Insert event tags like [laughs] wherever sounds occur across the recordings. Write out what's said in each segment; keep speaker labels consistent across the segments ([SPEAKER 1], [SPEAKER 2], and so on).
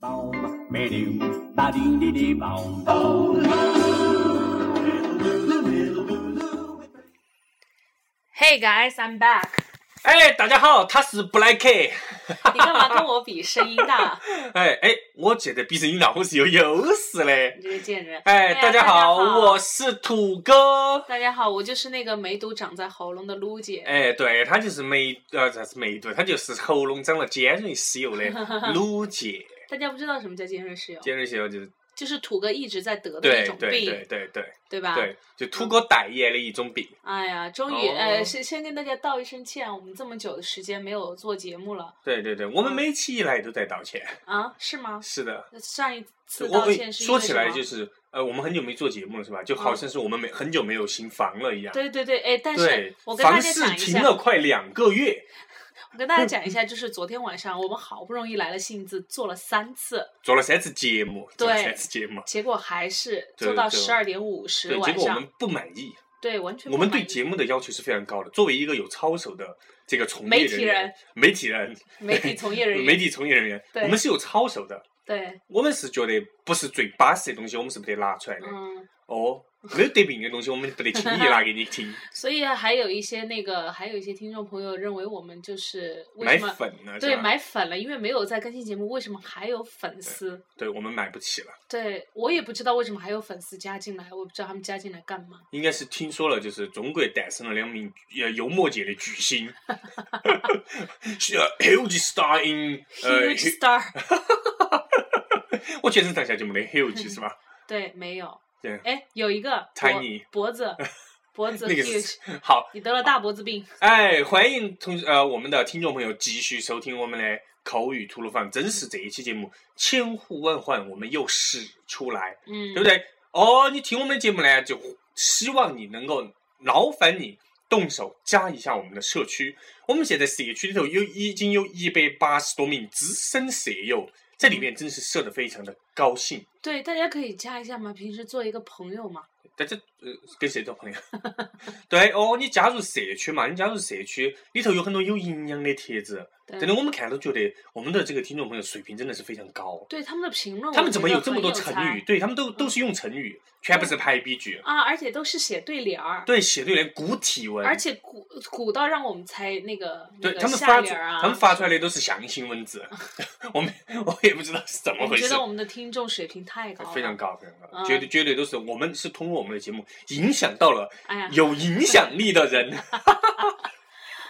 [SPEAKER 1] Boom, ba-doom, ba-dee-dee-dee, boom, boom.
[SPEAKER 2] ，Hey guys, I'm back
[SPEAKER 3] 哎，大家好，他是 Black K。
[SPEAKER 2] 你干嘛跟我比声音啊大？
[SPEAKER 3] [laughs] 哎哎，我觉得比声音大我是有优势嘞
[SPEAKER 2] 你。这个贱人！
[SPEAKER 3] 哎，
[SPEAKER 2] 呀
[SPEAKER 3] 大家好，我是土哥。
[SPEAKER 2] 大家好，我就是那个梅毒长在喉咙的撸姐。
[SPEAKER 3] 哎，对，他就是梅呃，啥是梅毒，他就是喉咙长了尖锐湿
[SPEAKER 2] [laughs]
[SPEAKER 3] 疣的鲁姐。
[SPEAKER 2] 大家不知道什么叫尖锐湿疣，
[SPEAKER 3] 尖锐湿疣就是
[SPEAKER 2] 就是土哥一直在得的
[SPEAKER 3] 对
[SPEAKER 2] 一种
[SPEAKER 3] 对对
[SPEAKER 2] 病，
[SPEAKER 3] 对对
[SPEAKER 2] 对吧？
[SPEAKER 3] 对，就土哥代言的一种病。
[SPEAKER 2] 哎呀，终于，
[SPEAKER 3] 哦
[SPEAKER 2] 呃，先先跟大家道一声歉，我们这么久的时间没有做节目了
[SPEAKER 3] 对对对，我们每期以来都在道歉。
[SPEAKER 2] 啊？是吗？
[SPEAKER 3] 是的，
[SPEAKER 2] 那上一次
[SPEAKER 3] 我
[SPEAKER 2] 道歉
[SPEAKER 3] 们
[SPEAKER 2] 是，
[SPEAKER 3] 说起来就是是呃，我们很久没做节目了，是吧？就好像是我们没很久没有新房了一样。
[SPEAKER 2] 哦对对对，哎，但
[SPEAKER 3] 对
[SPEAKER 2] 是我，跟大
[SPEAKER 3] 房
[SPEAKER 2] 家
[SPEAKER 3] 市
[SPEAKER 2] 讲一
[SPEAKER 3] 停
[SPEAKER 2] 下，
[SPEAKER 3] 了快两个月，
[SPEAKER 2] 我跟大家讲一下，就是昨天晚上我们好不容易来了兴致，做了三次，
[SPEAKER 3] 做了三次节目，做了
[SPEAKER 2] 对
[SPEAKER 3] 三次节目，
[SPEAKER 2] 结果还是
[SPEAKER 3] 对
[SPEAKER 2] 做到
[SPEAKER 3] 对
[SPEAKER 2] 十二点五十
[SPEAKER 3] 对，结
[SPEAKER 2] 晚
[SPEAKER 3] 果我
[SPEAKER 2] 上
[SPEAKER 3] 们，不满意，
[SPEAKER 2] 对，完全
[SPEAKER 3] 我们对
[SPEAKER 2] 节
[SPEAKER 3] 节目的要求是非常高的。作为一个有操守的这个从
[SPEAKER 2] 媒
[SPEAKER 3] 业
[SPEAKER 2] 体
[SPEAKER 3] 人员
[SPEAKER 2] 人、
[SPEAKER 3] 媒体人、
[SPEAKER 2] 媒体从业人员，
[SPEAKER 3] 媒体从业人员，
[SPEAKER 2] 对
[SPEAKER 3] 我们是有操守的。
[SPEAKER 2] 对，
[SPEAKER 3] 我们是觉得不是最巴适的东西，我们是不得拿出来的。
[SPEAKER 2] 嗯，
[SPEAKER 3] 哦，没有得病的东西，我们不得轻易拿给你听。
[SPEAKER 2] 所以啊还有一些那个，还有一些听众朋友认为我们就是 [laughs] 为
[SPEAKER 3] 买
[SPEAKER 2] 什么
[SPEAKER 3] 粉呢？
[SPEAKER 2] 对
[SPEAKER 3] 是吧
[SPEAKER 2] 买粉了，因为没有在更新节目，为什么还有粉丝？
[SPEAKER 3] 对，我们买不起了，
[SPEAKER 2] 对我也不知道为什么还有粉丝加进来，我也不知道他们加进来干嘛。
[SPEAKER 3] 应该是听说了，就是中国诞生了两名呃油墨界的巨
[SPEAKER 2] [laughs]
[SPEAKER 3] 星 [laughs] 是呃，huge star in 呃
[SPEAKER 2] Huge star，
[SPEAKER 3] 我全身上下就没得 huge
[SPEAKER 2] [laughs]
[SPEAKER 3] 是吧？
[SPEAKER 2] 对，没有，
[SPEAKER 3] 对
[SPEAKER 2] 哎，有一个脖
[SPEAKER 3] Tiny
[SPEAKER 2] 脖
[SPEAKER 3] [laughs]
[SPEAKER 2] 子，脖子
[SPEAKER 3] 那个是
[SPEAKER 2] huge，
[SPEAKER 3] [laughs] 好，
[SPEAKER 2] 你得了大脖子病，
[SPEAKER 3] 哎，欢迎同呃我们的听众朋友继续收听我们的口语吐鲁番，真是这一期节目千呼万唤我们又使出来，
[SPEAKER 2] 嗯，
[SPEAKER 3] 对不对？哦，你听我们的节目呢，就希望你能够劳烦你动手加一下我们的社区。我们现在社区里头有已经有一百八十多名资深舍友，在里面真是社的非常的高兴。
[SPEAKER 2] 对，大家可以加一下嘛，平时做一个朋友嘛。
[SPEAKER 3] 但这呃跟谁做朋友？对哦，你加入社区嘛，你加入社区里头有很多有营养的帖子，
[SPEAKER 2] 对
[SPEAKER 3] 真的我们看都觉得我们的这个听众朋友水平真的是非常高。
[SPEAKER 2] 对他们的评论，
[SPEAKER 3] 他们
[SPEAKER 2] 哦我觉
[SPEAKER 3] 怎么
[SPEAKER 2] 得
[SPEAKER 3] 有这么
[SPEAKER 2] 很
[SPEAKER 3] 多
[SPEAKER 2] 有
[SPEAKER 3] 成
[SPEAKER 2] 才嗯
[SPEAKER 3] 语？对他们都都是用成语，全部是排比句。
[SPEAKER 2] 啊？而且都是写对联儿，
[SPEAKER 3] 对，写对联古体文，
[SPEAKER 2] 而且古古到让我们猜那个
[SPEAKER 3] 对
[SPEAKER 2] 那个
[SPEAKER 3] 他们
[SPEAKER 2] 下
[SPEAKER 3] 发出
[SPEAKER 2] 联儿啊，
[SPEAKER 3] 他们发出来的都是象形
[SPEAKER 2] [laughs]
[SPEAKER 3] 文字， [laughs] 我们我也不知道是怎么
[SPEAKER 2] 我
[SPEAKER 3] 回
[SPEAKER 2] 哎觉
[SPEAKER 3] 事啊
[SPEAKER 2] 得，我们的听众水平太高了，
[SPEAKER 3] 非常。高，非常高，
[SPEAKER 2] 嗯
[SPEAKER 3] 绝对绝对都是我们是通过我们的节目影响到了
[SPEAKER 2] 哎呀，
[SPEAKER 3] 有影响力
[SPEAKER 2] [laughs]
[SPEAKER 3] 的人。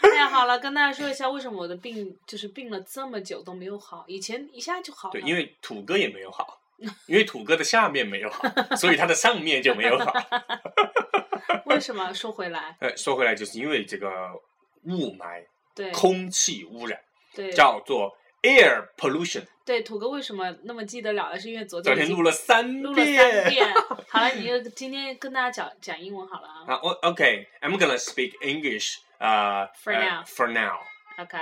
[SPEAKER 2] 哎呀，好了，跟大家说一下，为什么我的病就是病了这么久都没有好，以前一下就好了。
[SPEAKER 3] 对，因为土哥也没有好，因为土哥的下面没有好，所以他的上面就没有好。 [laughs]
[SPEAKER 2] 为什么说回来，
[SPEAKER 3] 呃，说回来，就是因为这个雾霾、
[SPEAKER 2] 对
[SPEAKER 3] 空气污染，
[SPEAKER 2] 对
[SPEAKER 3] 叫做 air pollution。
[SPEAKER 2] 对，土哥为什么那么记得了？是因为昨
[SPEAKER 3] 昨
[SPEAKER 2] 天已
[SPEAKER 3] 天
[SPEAKER 2] 经
[SPEAKER 3] 录了三
[SPEAKER 2] 录了三
[SPEAKER 3] 遍。
[SPEAKER 2] 遍。好了，你就今天跟大家讲讲英文好了啊。
[SPEAKER 3] 啊，我 OK，I'm gonna speak English. 呃
[SPEAKER 2] For
[SPEAKER 3] 呃
[SPEAKER 2] now.
[SPEAKER 3] For now.
[SPEAKER 2] OK，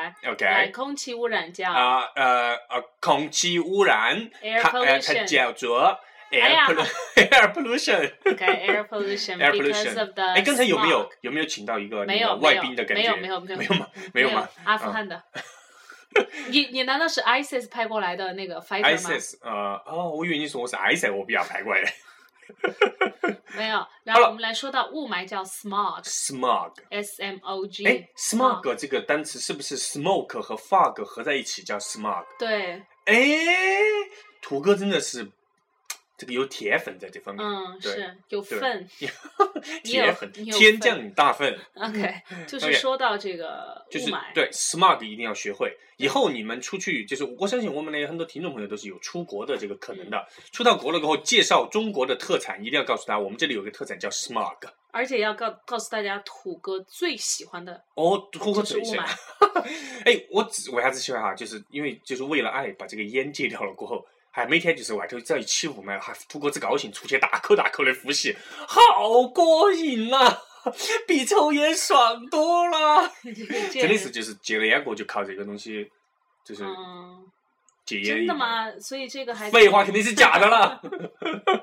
[SPEAKER 2] 来，
[SPEAKER 3] OK，
[SPEAKER 2] 空气污染叫
[SPEAKER 3] 啊呃呃，空气污染，
[SPEAKER 2] Air
[SPEAKER 3] 它呃它
[SPEAKER 2] pollution
[SPEAKER 3] 叫做
[SPEAKER 2] 哎呀
[SPEAKER 3] air pollu- [laughs] air pollution。
[SPEAKER 2] [laughs] OK，air pollution
[SPEAKER 3] air
[SPEAKER 2] because of
[SPEAKER 3] pollution
[SPEAKER 2] the。
[SPEAKER 3] 哎，刚才有没
[SPEAKER 2] smog
[SPEAKER 3] 有有没有请到一个
[SPEAKER 2] 没
[SPEAKER 3] 那
[SPEAKER 2] 有
[SPEAKER 3] 个外宾的感
[SPEAKER 2] 没
[SPEAKER 3] 觉？
[SPEAKER 2] 有没有没有
[SPEAKER 3] 没有吗？嗯啊没有吗
[SPEAKER 2] 阿富汗
[SPEAKER 3] [laughs]
[SPEAKER 2] 的。你你难道是 ISIS 派过来的那个 fighter 吗
[SPEAKER 3] ？ISIS 呃哦，我以为你说我是 ISIS，我比较排过来。 [laughs]
[SPEAKER 2] 没有。然后
[SPEAKER 3] 好了
[SPEAKER 2] 我们来说到雾霾叫 smog，S
[SPEAKER 3] smog，
[SPEAKER 2] M O G。
[SPEAKER 3] 哎，smog 这个单词是不是 smoke 和 fog 合在一起叫 smog？
[SPEAKER 2] 对，
[SPEAKER 3] 哎，土哥真的是这个有铁粉在这方面。
[SPEAKER 2] 嗯，
[SPEAKER 3] 对
[SPEAKER 2] 是 [laughs] 有
[SPEAKER 3] 对
[SPEAKER 2] 份。你有
[SPEAKER 3] 铁粉，
[SPEAKER 2] 你有
[SPEAKER 3] 天
[SPEAKER 2] 份
[SPEAKER 3] 降大粪，
[SPEAKER 2] OK，就是
[SPEAKER 3] 嗯，OK
[SPEAKER 2] 说到这个雾
[SPEAKER 3] 就是
[SPEAKER 2] 霾，
[SPEAKER 3] 对 smog 一定要学会。以后你们出去，就是我相信我们的很多听众朋友都是有出国的这个可能的。
[SPEAKER 2] 嗯
[SPEAKER 3] 出到国了过后，介绍中国的特产，一定要告诉他，我们这里有个特产叫 smog。
[SPEAKER 2] 而且要告告诉大家，土哥最喜欢的 [laughs]
[SPEAKER 3] 哦，吐口
[SPEAKER 2] 就是
[SPEAKER 3] 水
[SPEAKER 2] 雾
[SPEAKER 3] 先
[SPEAKER 2] 霾。
[SPEAKER 3] [laughs] 哎，我只为啥子喜欢哈？就是因为就是为了爱把这个烟戒掉了过后，还每天就是外头只要一起雾霾，还吐口子高兴，出去大口大口的呼吸，好过瘾呐、比抽烟爽多了。真
[SPEAKER 2] 真
[SPEAKER 3] 的是就是戒了烟过后就靠这个东西，就是
[SPEAKER 2] 嗯，
[SPEAKER 3] 戒烟。
[SPEAKER 2] 真的？吗？所以这个还
[SPEAKER 3] 废话肯定是假的啦。 [laughs]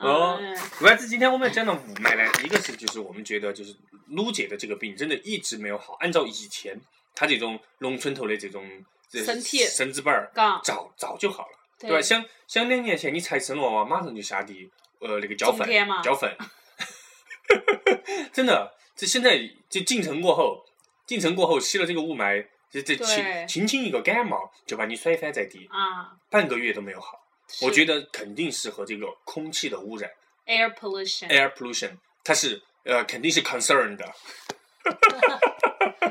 [SPEAKER 3] 哦
[SPEAKER 2] 嗯，
[SPEAKER 3] 主要是今天我们讲到雾霾呢，一个是就是我们觉得就是撸姐的这个病真的一直没有好，按照以前她这种农村头的这种这
[SPEAKER 2] 身体
[SPEAKER 3] 身子板儿
[SPEAKER 2] 杠
[SPEAKER 3] 早早就好了。对吧？像像两年前你财神娃娃马上就下地，呃，那个交
[SPEAKER 2] 中
[SPEAKER 3] 粉
[SPEAKER 2] 天嘛
[SPEAKER 3] 交
[SPEAKER 2] [laughs]
[SPEAKER 3] 粉，真的，这现在就进城过后，进城过后吸了这个雾霾，这这
[SPEAKER 2] 对
[SPEAKER 3] 轻轻轻一个感冒就把你摔翻在地，
[SPEAKER 2] 啊，
[SPEAKER 3] 半个月都没有好。我觉
[SPEAKER 2] 得
[SPEAKER 3] 得肯定是和这个空气的污染
[SPEAKER 2] air pollution，air
[SPEAKER 3] （air pollution） 它是呃肯定是 concern 的。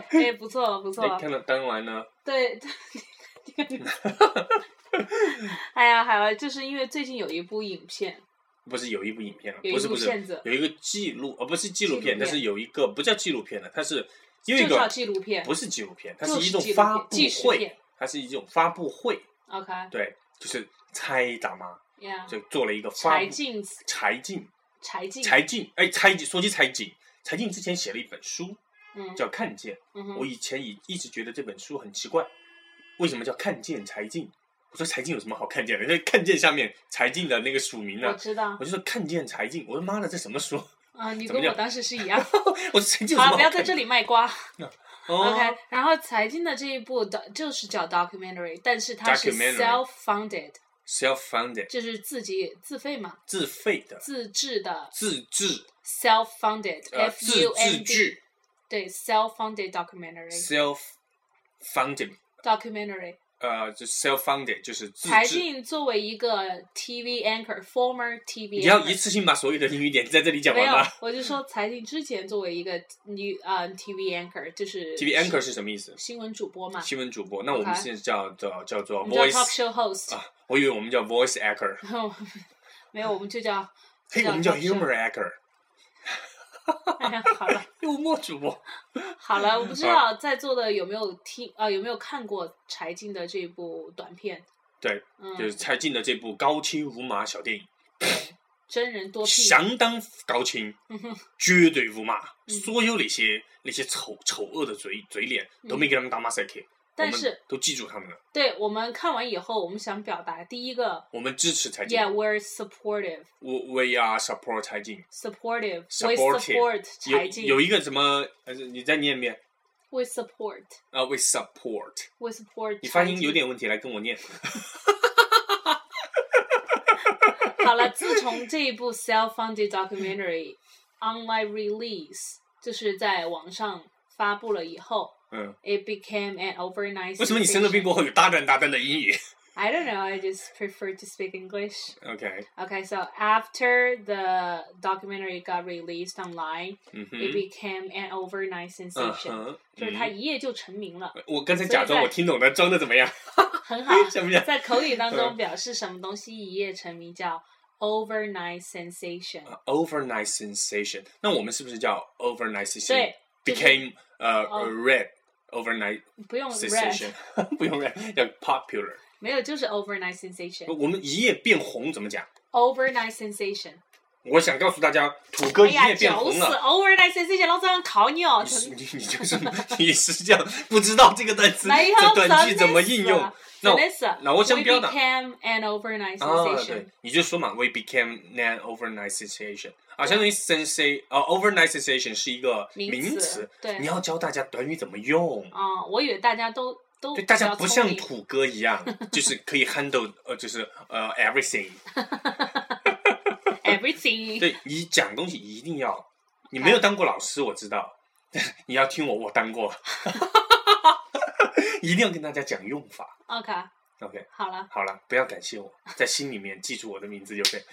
[SPEAKER 2] 哎，不错不
[SPEAKER 3] 哎
[SPEAKER 2] 错，
[SPEAKER 3] 看到当然呢，
[SPEAKER 2] 对， [laughs] 哎呀，海外就是因为最近有一部影片，
[SPEAKER 3] 不是有一部影片了，啊
[SPEAKER 2] 有
[SPEAKER 3] 不
[SPEAKER 2] 一
[SPEAKER 3] 是
[SPEAKER 2] 部
[SPEAKER 3] 不是
[SPEAKER 2] 片子，
[SPEAKER 3] 有一个纪录，呃，不是纪录
[SPEAKER 2] 纪录片
[SPEAKER 3] 片，但是有一个不叫纪录片了，它是有一
[SPEAKER 2] 就叫
[SPEAKER 3] 个
[SPEAKER 2] 纪录片
[SPEAKER 3] 不是纪录片，它
[SPEAKER 2] 就是
[SPEAKER 3] 一种
[SPEAKER 2] 纪录
[SPEAKER 3] 发
[SPEAKER 2] 片
[SPEAKER 3] 布
[SPEAKER 2] 纪实
[SPEAKER 3] 会
[SPEAKER 2] 片，
[SPEAKER 3] 它是一种发布会，
[SPEAKER 2] ，OK，yeah，、
[SPEAKER 3] 对，就是猜大妈
[SPEAKER 2] yeah
[SPEAKER 3] 就做了一个发
[SPEAKER 2] 柴
[SPEAKER 3] 布
[SPEAKER 2] 静子，
[SPEAKER 3] 柴静
[SPEAKER 2] 柴静，
[SPEAKER 3] 柴静，哎，柴静说起柴静，柴静之前写了一本书
[SPEAKER 2] 嗯
[SPEAKER 3] 叫《看见》，
[SPEAKER 2] 嗯
[SPEAKER 3] 我
[SPEAKER 2] 哼，
[SPEAKER 3] 以前也一直觉得这本书很奇怪，为什么叫《看见柴静》？我说柴静有什么好看见的？因为《看见》下面柴静的那个署名呢、
[SPEAKER 2] 我知道
[SPEAKER 3] 我就说看见柴静，我说妈的，这什么书？ [laughs]
[SPEAKER 2] 啊，你
[SPEAKER 3] 怎么
[SPEAKER 2] 跟我
[SPEAKER 3] 讲
[SPEAKER 2] 当时是
[SPEAKER 3] [laughs]
[SPEAKER 2] 一样。
[SPEAKER 3] 我说柴静有
[SPEAKER 2] 好，
[SPEAKER 3] 什么好
[SPEAKER 2] 不要在这
[SPEAKER 3] 里。
[SPEAKER 2] 里卖瓜。
[SPEAKER 3] 哦
[SPEAKER 2] OK，然后财经的这一部的就是叫 documentary，但是它是
[SPEAKER 3] Documentary
[SPEAKER 2] self-funded，
[SPEAKER 3] self-funded
[SPEAKER 2] 就是自己自费嘛，
[SPEAKER 3] 自费的
[SPEAKER 2] 自制的
[SPEAKER 3] 自制呃
[SPEAKER 2] self-funded，F
[SPEAKER 3] 自
[SPEAKER 2] U
[SPEAKER 3] 制
[SPEAKER 2] N D，
[SPEAKER 3] 剧
[SPEAKER 2] 对，self-funded documentary
[SPEAKER 3] self-funded
[SPEAKER 2] documentary。
[SPEAKER 3] 呃，就 self-funded 就是自
[SPEAKER 2] 柴
[SPEAKER 3] 制。
[SPEAKER 2] 静作为一个 TV anchor，former
[SPEAKER 3] 你
[SPEAKER 2] TV，
[SPEAKER 3] 要一
[SPEAKER 2] anchor
[SPEAKER 3] 次性把所有的英语点在这里讲
[SPEAKER 2] 没
[SPEAKER 3] 完
[SPEAKER 2] 有
[SPEAKER 3] 吗，
[SPEAKER 2] 我就说柴静之前作为一个 new 呃 TV anchor，就是
[SPEAKER 3] ？TV anchor 是什么意思？
[SPEAKER 2] 新闻主播嘛，
[SPEAKER 3] 新闻主播。那我们
[SPEAKER 2] OK
[SPEAKER 3] 现在叫叫叫做
[SPEAKER 2] 我们叫 talk
[SPEAKER 3] voice
[SPEAKER 2] show host，
[SPEAKER 3] 啊，我以为我们叫 voice actor，
[SPEAKER 2] [laughs] 没有，我们就叫
[SPEAKER 3] 嘿，
[SPEAKER 2] 叫
[SPEAKER 3] 我们叫
[SPEAKER 2] talk show
[SPEAKER 3] humor 啊 actor，
[SPEAKER 2] [laughs] 哎呀，好了
[SPEAKER 3] 幽默主播。
[SPEAKER 2] 好了，我不知道在座的有没有听啊、有没有看过柴静的这部短片？
[SPEAKER 3] 对，
[SPEAKER 2] 嗯，
[SPEAKER 3] [laughs] 就是柴静的这部高清无码小电影。
[SPEAKER 2] 真人多 P，
[SPEAKER 3] 相当高清
[SPEAKER 2] 嗯哼，
[SPEAKER 3] 绝对无码，
[SPEAKER 2] 嗯
[SPEAKER 3] 所有那些那些丑丑恶的嘴嘴脸都没给他们打马赛克，我
[SPEAKER 2] 嗯但
[SPEAKER 3] 们
[SPEAKER 2] 是
[SPEAKER 3] 都记住他们了，
[SPEAKER 2] 对我们看完以后，我们想表达第一个
[SPEAKER 3] 我们支持柴静
[SPEAKER 2] ，Yeah, we're supportive,
[SPEAKER 3] ，we we are support 柴静。
[SPEAKER 2] supportive, we
[SPEAKER 3] Supportive
[SPEAKER 2] support
[SPEAKER 3] 有
[SPEAKER 2] 柴静
[SPEAKER 3] 有一个什么，呃，你再念一遍
[SPEAKER 2] w e support,
[SPEAKER 3] 啊、w e support，
[SPEAKER 2] we support。
[SPEAKER 3] 你发音有。点问题，来跟我念。
[SPEAKER 2] 好了，自从这一部 self-funded documentary online release 就是在网上发布了以后
[SPEAKER 3] 嗯，
[SPEAKER 2] ，it became an overnight。
[SPEAKER 3] 为什么你生了病过？后有大段大段的英语
[SPEAKER 2] I don't know. I just prefer to speak English.
[SPEAKER 3] ？OK，
[SPEAKER 2] Okay, so after the documentary got released online,
[SPEAKER 3] 嗯
[SPEAKER 2] it
[SPEAKER 3] 哼，
[SPEAKER 2] became an overnight
[SPEAKER 3] 嗯
[SPEAKER 2] sensation.
[SPEAKER 3] 哼，
[SPEAKER 2] 就是它一夜就成名了，
[SPEAKER 3] 嗯我刚才假装我听懂了，装的怎么
[SPEAKER 2] [laughs]
[SPEAKER 3] 样？Uh-huh.
[SPEAKER 2] 很好。
[SPEAKER 3] [laughs] 像不像？
[SPEAKER 2] 在口语当中
[SPEAKER 3] 嗯
[SPEAKER 2] 表示什么东西一夜成名叫 overnight sensation，
[SPEAKER 3] 啊 overnight sensation。那我们是不是叫 overnight sensation
[SPEAKER 2] 对，就是
[SPEAKER 3] became 呃
[SPEAKER 2] 哦
[SPEAKER 3] red overnight
[SPEAKER 2] 不用
[SPEAKER 3] sensation？ [laughs]
[SPEAKER 2] red，
[SPEAKER 3] 不用 red，叫 popular。
[SPEAKER 2] 没有就是 overnight sensation，overnight
[SPEAKER 3] 我们一夜变红怎么讲？
[SPEAKER 2] sensation。
[SPEAKER 3] 我想告诉大家，土哥
[SPEAKER 2] 哎
[SPEAKER 3] 一
[SPEAKER 2] 呀，
[SPEAKER 3] 夜变
[SPEAKER 2] 绞
[SPEAKER 3] 红
[SPEAKER 2] 死
[SPEAKER 3] 了。
[SPEAKER 2] overnight sensation，老子想考你哦
[SPEAKER 3] 你！是你你就是你是这样不知道这个单词
[SPEAKER 2] 没有真
[SPEAKER 3] 这
[SPEAKER 2] 的
[SPEAKER 3] 短句
[SPEAKER 2] 是
[SPEAKER 3] 怎么应用？那
[SPEAKER 2] 真
[SPEAKER 3] 我
[SPEAKER 2] 的是，
[SPEAKER 3] 那我想
[SPEAKER 2] We
[SPEAKER 3] 表达
[SPEAKER 2] became an overnight
[SPEAKER 3] 啊，
[SPEAKER 2] sensation
[SPEAKER 3] 对。，你就说嘛，we became an overnight sensation 啊，相当于 sensation 啊，overnight sensation 是一个
[SPEAKER 2] 名
[SPEAKER 3] 名
[SPEAKER 2] 词
[SPEAKER 3] 词，
[SPEAKER 2] 对
[SPEAKER 3] 你要教大家短语怎么用。
[SPEAKER 2] 啊、我以为大家都都
[SPEAKER 3] 对，大家
[SPEAKER 2] 比较
[SPEAKER 3] 不
[SPEAKER 2] 聪
[SPEAKER 3] 像
[SPEAKER 2] 明
[SPEAKER 3] 土哥一
[SPEAKER 2] [laughs]
[SPEAKER 3] 样，就是可以 handle 呃，就是呃 everything。
[SPEAKER 2] everything。
[SPEAKER 3] [laughs] 对你讲东西一定要，你没有当过老师，我知道， [laughs] 你要听我，我
[SPEAKER 2] [laughs]
[SPEAKER 3] 当过， [laughs] 一定要跟大家讲用法。
[SPEAKER 2] OK，
[SPEAKER 3] OK，
[SPEAKER 2] 好 [laughs] 了，
[SPEAKER 3] 好了，不要感谢我，在心里面记住我的名字就可以。 [laughs]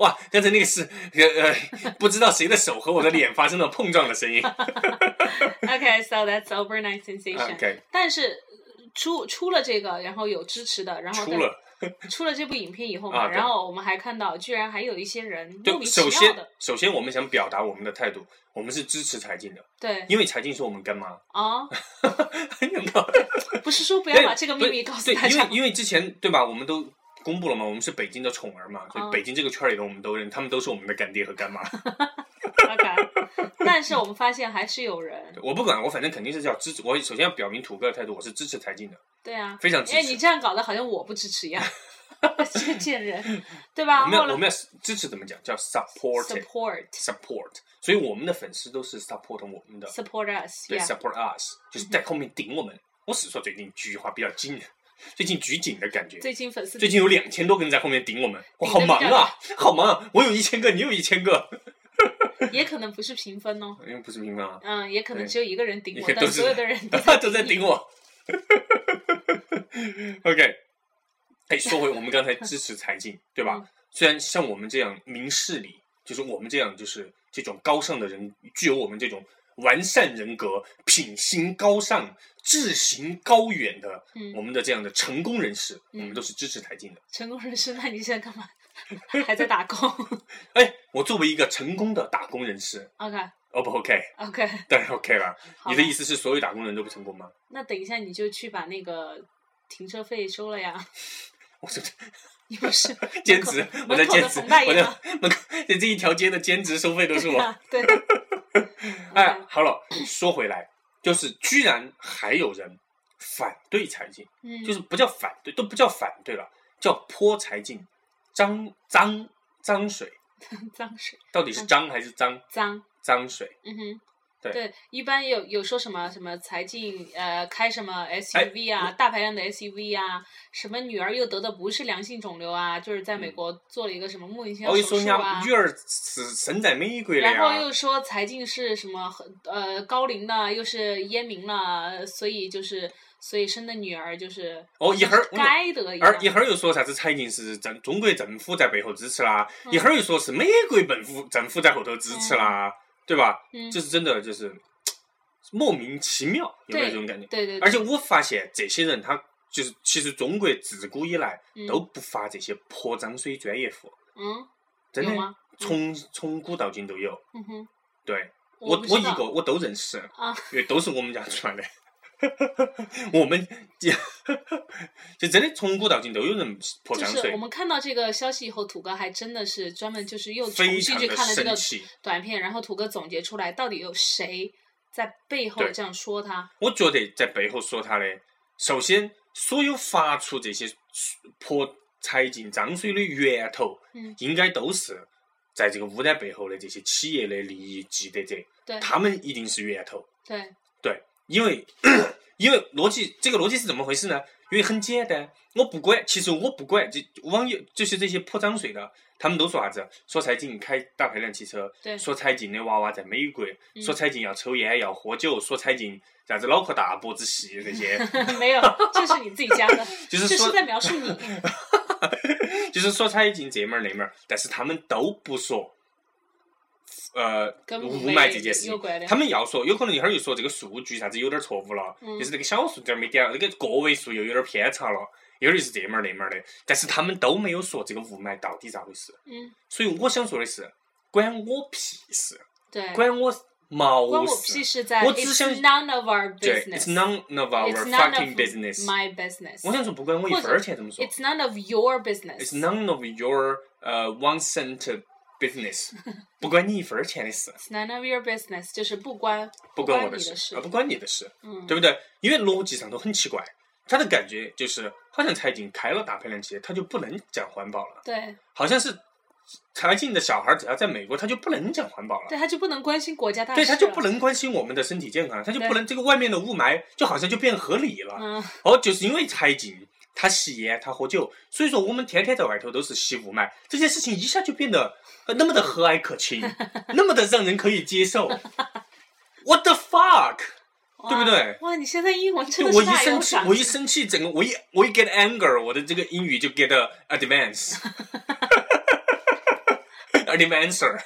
[SPEAKER 3] 哇，刚才那个是呃 [laughs] 呃，不知道谁的手和我的脸发生了碰撞的
[SPEAKER 2] [laughs]
[SPEAKER 3] 声音。
[SPEAKER 2] OK，so、that's overnight sensation。
[SPEAKER 3] OK，
[SPEAKER 2] [laughs] 但是呃出出了这个，然后有支持的，然后
[SPEAKER 3] 出
[SPEAKER 2] 但
[SPEAKER 3] 了。
[SPEAKER 2] 出了这部影片以后嘛，
[SPEAKER 3] 啊对
[SPEAKER 2] 然后我们还看到，居然还有一些人莫
[SPEAKER 3] 对，
[SPEAKER 2] 名其
[SPEAKER 3] 首
[SPEAKER 2] 妙
[SPEAKER 3] 先
[SPEAKER 2] 的，
[SPEAKER 3] 首先我们想表达我们的态度，我们是支持柴静的，
[SPEAKER 2] 对
[SPEAKER 3] 因为柴静是我们干妈。
[SPEAKER 2] 啊、
[SPEAKER 3] [laughs] 有没
[SPEAKER 2] [laughs]
[SPEAKER 3] 有
[SPEAKER 2] 不是说不要
[SPEAKER 3] 对
[SPEAKER 2] 把这个秘密
[SPEAKER 3] 对
[SPEAKER 2] 告诉
[SPEAKER 3] 对
[SPEAKER 2] 大
[SPEAKER 3] 因
[SPEAKER 2] 家
[SPEAKER 3] 为因为之前对吧，我们都公布了嘛，我们是北京的宠儿嘛，所
[SPEAKER 2] 嗯
[SPEAKER 3] 以北京这个圈儿里的我们都认，他们都是我们的干爹和
[SPEAKER 2] [laughs]
[SPEAKER 3] 干妈。
[SPEAKER 2] ，OK。但 [laughs] 是我们发现还是有人，
[SPEAKER 3] 对我不管，我反正肯定是要支持。我首先要表明土哥的态度，我是支持柴静的，
[SPEAKER 2] 对啊，
[SPEAKER 3] 非常支
[SPEAKER 2] 因为你
[SPEAKER 3] 持。
[SPEAKER 2] 这样搞得好像我不支持
[SPEAKER 3] [laughs]
[SPEAKER 2] 一样，这个贱人，对
[SPEAKER 3] 我
[SPEAKER 2] 吧？
[SPEAKER 3] 们要
[SPEAKER 2] 后
[SPEAKER 3] 我
[SPEAKER 2] 来
[SPEAKER 3] 们要支持怎么讲？叫 support
[SPEAKER 2] support
[SPEAKER 3] support。所以我们的粉丝都是 support 我们的，
[SPEAKER 2] support us，
[SPEAKER 3] 对
[SPEAKER 2] yeah
[SPEAKER 3] support us，就是在后面顶我们。我是说最近菊花比较紧，最近举警的感觉。
[SPEAKER 2] 最近粉丝
[SPEAKER 3] 最近有两千多个人在后面顶我们，我
[SPEAKER 2] 顶
[SPEAKER 3] 好
[SPEAKER 2] 得比
[SPEAKER 3] 忙
[SPEAKER 2] 较
[SPEAKER 3] 啊，好忙啊！我有一千个，你有一千个，
[SPEAKER 2] 也可能不是评分哦，
[SPEAKER 3] 因为不是平方啊，
[SPEAKER 2] 嗯，也可能
[SPEAKER 3] 对
[SPEAKER 2] 只有一个人顶
[SPEAKER 3] 也
[SPEAKER 2] 我，
[SPEAKER 3] 都
[SPEAKER 2] 但
[SPEAKER 3] 是
[SPEAKER 2] 所有的人
[SPEAKER 3] [laughs]
[SPEAKER 2] 都
[SPEAKER 3] 大家都在顶我。OK，哎，说回我们刚才支持财经，对吧？
[SPEAKER 2] 嗯
[SPEAKER 3] 虽然像我们这样明事理，就是我们这样就是这种高尚的人，具有我们这种完善人格、品行高尚、志行高远的，
[SPEAKER 2] 嗯
[SPEAKER 3] 我们的这样的成功人士，
[SPEAKER 2] 嗯
[SPEAKER 3] 我们都是支持财经的。
[SPEAKER 2] 成功人士，那你现在干嘛？还在打工
[SPEAKER 3] 哎，我作为一个成功的打工人士
[SPEAKER 2] ？OK
[SPEAKER 3] ，O 不 OK？
[SPEAKER 2] OK，
[SPEAKER 3] 当然 OK 了。
[SPEAKER 2] 好
[SPEAKER 3] 你的
[SPEAKER 2] 吧
[SPEAKER 3] 意思是所有打工人都不成功吗？
[SPEAKER 2] 那等一下你就去把那个停车费收了呀？
[SPEAKER 3] 我说
[SPEAKER 2] 你不是
[SPEAKER 3] [laughs] 兼职
[SPEAKER 2] 门口，
[SPEAKER 3] 我在
[SPEAKER 2] 门口
[SPEAKER 3] 兼
[SPEAKER 2] 的
[SPEAKER 3] 职，
[SPEAKER 2] 冯大爷
[SPEAKER 3] 我在
[SPEAKER 2] 吗
[SPEAKER 3] [laughs] 门口这一条街的兼职收费都是我。
[SPEAKER 2] 啊 [laughs] 对，
[SPEAKER 3] 哎，好了，说回来，就是居然还有人反对财经，
[SPEAKER 2] 嗯，
[SPEAKER 3] 就是不叫反对，都不叫反对了，叫泼财经，脏脏脏水，
[SPEAKER 2] 脏水
[SPEAKER 3] 到底是脏还是脏
[SPEAKER 2] 脏，
[SPEAKER 3] 脏水？
[SPEAKER 2] 嗯哼。
[SPEAKER 3] 对
[SPEAKER 2] 一般有有说什么什么财经呃开什么
[SPEAKER 3] 哎
[SPEAKER 2] SUV
[SPEAKER 3] 嗯
[SPEAKER 2] 啊，大排量的 SUV 啊，什么女儿又得的不是良性肿瘤啊，就是在美国做了一个什么莫名其妙
[SPEAKER 3] 嗯哦我一
[SPEAKER 2] 手
[SPEAKER 3] 说人
[SPEAKER 2] 术
[SPEAKER 3] 家
[SPEAKER 2] 啊，
[SPEAKER 3] 月儿是神在玫瑰了
[SPEAKER 2] 然后
[SPEAKER 3] 呀，
[SPEAKER 2] 又说财经是什么很呃高龄的，又是烟民了，所以就是所以生的女儿就是
[SPEAKER 3] 哦一会儿
[SPEAKER 2] 该得一
[SPEAKER 3] 而一
[SPEAKER 2] 样
[SPEAKER 3] 会儿又说啥子财经是政中国政府在背后支持啦，
[SPEAKER 2] 嗯
[SPEAKER 3] 一会儿又说是美国本府政府在后头支持啦，对吧？
[SPEAKER 2] 嗯
[SPEAKER 3] 这是真的，就是嘖莫名其妙，有没有
[SPEAKER 2] 对
[SPEAKER 3] 这种感觉？
[SPEAKER 2] 对对，
[SPEAKER 3] 而
[SPEAKER 2] 且
[SPEAKER 3] 且我发现这些人，他就是其实中国自古以来都不发这些泼脏水专业户，
[SPEAKER 2] 嗯
[SPEAKER 3] 真
[SPEAKER 2] 有
[SPEAKER 3] 的
[SPEAKER 2] 吗，
[SPEAKER 3] 从从古到今都有。
[SPEAKER 2] 嗯哼，
[SPEAKER 3] 对
[SPEAKER 2] 我
[SPEAKER 3] 我，
[SPEAKER 2] 不
[SPEAKER 3] 我
[SPEAKER 2] 知
[SPEAKER 3] 一
[SPEAKER 2] 道
[SPEAKER 3] 个我都认识，
[SPEAKER 2] 啊
[SPEAKER 3] 因为都是我们家出来的。 [laughs] 我们 [laughs] 就真的从古到今都有人泼
[SPEAKER 2] 就
[SPEAKER 3] 脏
[SPEAKER 2] 是
[SPEAKER 3] 水
[SPEAKER 2] 我，们看到这个消息以后，土哥还真的是专门就是又重
[SPEAKER 3] 非
[SPEAKER 2] 新
[SPEAKER 3] 常
[SPEAKER 2] 去
[SPEAKER 3] 的
[SPEAKER 2] 看了这
[SPEAKER 3] 生
[SPEAKER 2] 个
[SPEAKER 3] 气。
[SPEAKER 2] 短片，然后土哥总结出来到底有谁在背后
[SPEAKER 3] 对
[SPEAKER 2] 这样说他，
[SPEAKER 3] 我觉得在背后说他的，首先所有发出这些泼财经脏水的源头，
[SPEAKER 2] 嗯
[SPEAKER 3] 应该都是在这个污染背后的这些企业的利益既得者，
[SPEAKER 2] 对
[SPEAKER 3] 他们一定是源头。
[SPEAKER 2] 对，
[SPEAKER 3] 对，因为因为逻辑这个逻辑是怎么回事呢？因为很简单，我不管，其实我不管，就网友就是这些泼脏水的，他们都说啥子？说财经开大排量汽车，
[SPEAKER 2] 对
[SPEAKER 3] 说财经的娃娃在美国，
[SPEAKER 2] 嗯
[SPEAKER 3] 说财经要抽烟要喝酒，说财经啥子脑壳大脖子细这
[SPEAKER 2] [laughs]
[SPEAKER 3] 些，
[SPEAKER 2] [laughs] 没有，这是你自己加的，
[SPEAKER 3] [laughs] 就是
[SPEAKER 2] 这
[SPEAKER 3] 说
[SPEAKER 2] 是在描述
[SPEAKER 3] [laughs]
[SPEAKER 2] 你，
[SPEAKER 3] 就是说财经这门儿那门儿，但是他们都不说，呃，
[SPEAKER 2] 跟
[SPEAKER 3] 雾霾这件事
[SPEAKER 2] 有
[SPEAKER 3] 情。
[SPEAKER 2] 关的
[SPEAKER 3] 他，们要说，有可能一会儿又说这个数据啥子有点儿错误了，
[SPEAKER 2] 嗯
[SPEAKER 3] 就是这个小数点儿没点儿，这个个位数又有点儿偏差了，一会儿又是这门儿那门儿的，但是他们都没有说这个雾霾到底咋回事。
[SPEAKER 2] 嗯，
[SPEAKER 3] 所以我想说的是，关我屁事，
[SPEAKER 2] 对，关
[SPEAKER 3] 关我毛
[SPEAKER 2] 我屁
[SPEAKER 3] 事。
[SPEAKER 2] 事在
[SPEAKER 3] 我只想
[SPEAKER 2] ，It's none of our
[SPEAKER 3] 对，It's
[SPEAKER 2] business。
[SPEAKER 3] none of our
[SPEAKER 2] It's none
[SPEAKER 3] fucking
[SPEAKER 2] of
[SPEAKER 3] business。
[SPEAKER 2] my business.
[SPEAKER 3] 我想说，不管我一分
[SPEAKER 2] 或
[SPEAKER 3] 儿
[SPEAKER 2] 者
[SPEAKER 3] 钱怎么说
[SPEAKER 2] It's none of your business.
[SPEAKER 3] It's none of your 呃、one cent
[SPEAKER 2] [laughs]
[SPEAKER 3] business，不关你一分儿钱的事，
[SPEAKER 2] It's none of your business，就是不关
[SPEAKER 3] 不
[SPEAKER 2] 关
[SPEAKER 3] 关我
[SPEAKER 2] 你
[SPEAKER 3] 事，
[SPEAKER 2] 事
[SPEAKER 3] 啊，。不关你的事，
[SPEAKER 2] 嗯，
[SPEAKER 3] 对不对？因为逻辑上都很奇怪，他的感觉就是好像财经开了大排量企业，他就不能讲环保了，
[SPEAKER 2] 对
[SPEAKER 3] 好像是财经的小孩只要在美国，他就不能讲环保了。
[SPEAKER 2] 对，他就不能关心国家大事
[SPEAKER 3] 对，
[SPEAKER 2] 了。
[SPEAKER 3] 他就不能关心我们的身体健康，他就不能这个外面的雾霾就好像就变合理了。
[SPEAKER 2] 嗯，
[SPEAKER 3] 哦，就是因为财经，他吸烟，他喝酒，所以说我们天天在外头都是吸雾霾，这件事情一下就变得呃那么的和蔼可亲，那么的让人可以接受。What the fuck？
[SPEAKER 2] 哇
[SPEAKER 3] 对不对？
[SPEAKER 2] 哇，你现在英文真
[SPEAKER 3] 就
[SPEAKER 2] 的
[SPEAKER 3] 我
[SPEAKER 2] 是
[SPEAKER 3] 一
[SPEAKER 2] 大有
[SPEAKER 3] 生气，
[SPEAKER 2] 赏
[SPEAKER 3] 我一生气，整个我一我一 get anger，我的这个英语就 get
[SPEAKER 2] [laughs]
[SPEAKER 3] advance。advancer，